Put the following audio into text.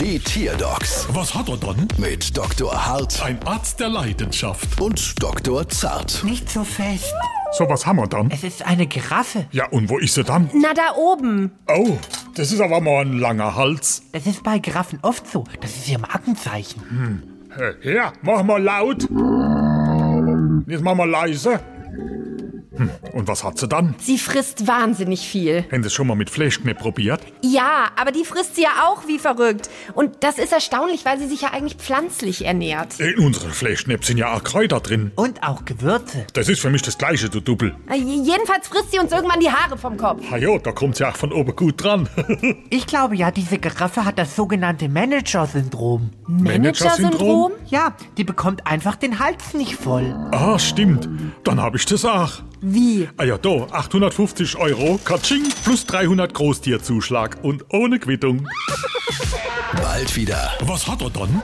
Die Tierdocs Was hat er dann? mit Dr. Hart Ein Arzt der Leidenschaft. und Dr. Zart. Nicht so fest. So, was haben wir dann? Es ist eine Giraffe. Ja, und wo ist sie dann? Na, da oben. Oh, das ist aber mal ein langer Hals. Das ist bei Giraffen oft so. Das ist ihr Markenzeichen. Äh, Her, mach mal laut. Jetzt mach mal leise. Hm, und was hat sie dann? Sie frisst wahnsinnig viel. Haben sie schon mal mit Fleischknepp probiert? Ja, aber die frisst sie ja auch wie verrückt. Und das ist erstaunlich, weil sie sich ja eigentlich pflanzlich ernährt. In unseren Fleischknepp sind ja auch Kräuter drin. Und auch Gewürze. Das ist für mich das gleiche, du Doppel. Äh, Jedenfalls frisst sie uns irgendwann die Haare vom Kopf. Ah ja, da kommt sie auch von oben gut dran. Ich glaube ja, diese Giraffe hat das sogenannte Manager-Syndrom. Manager-Syndrom? Ja, die bekommt einfach den Hals nicht voll. ah, stimmt. Dann hab ich das auch. Wie? Ah ja, da, 850 Euro, Katsching, plus 300 Großtierzuschlag und ohne Quittung. Bald wieder. Was hat er dann?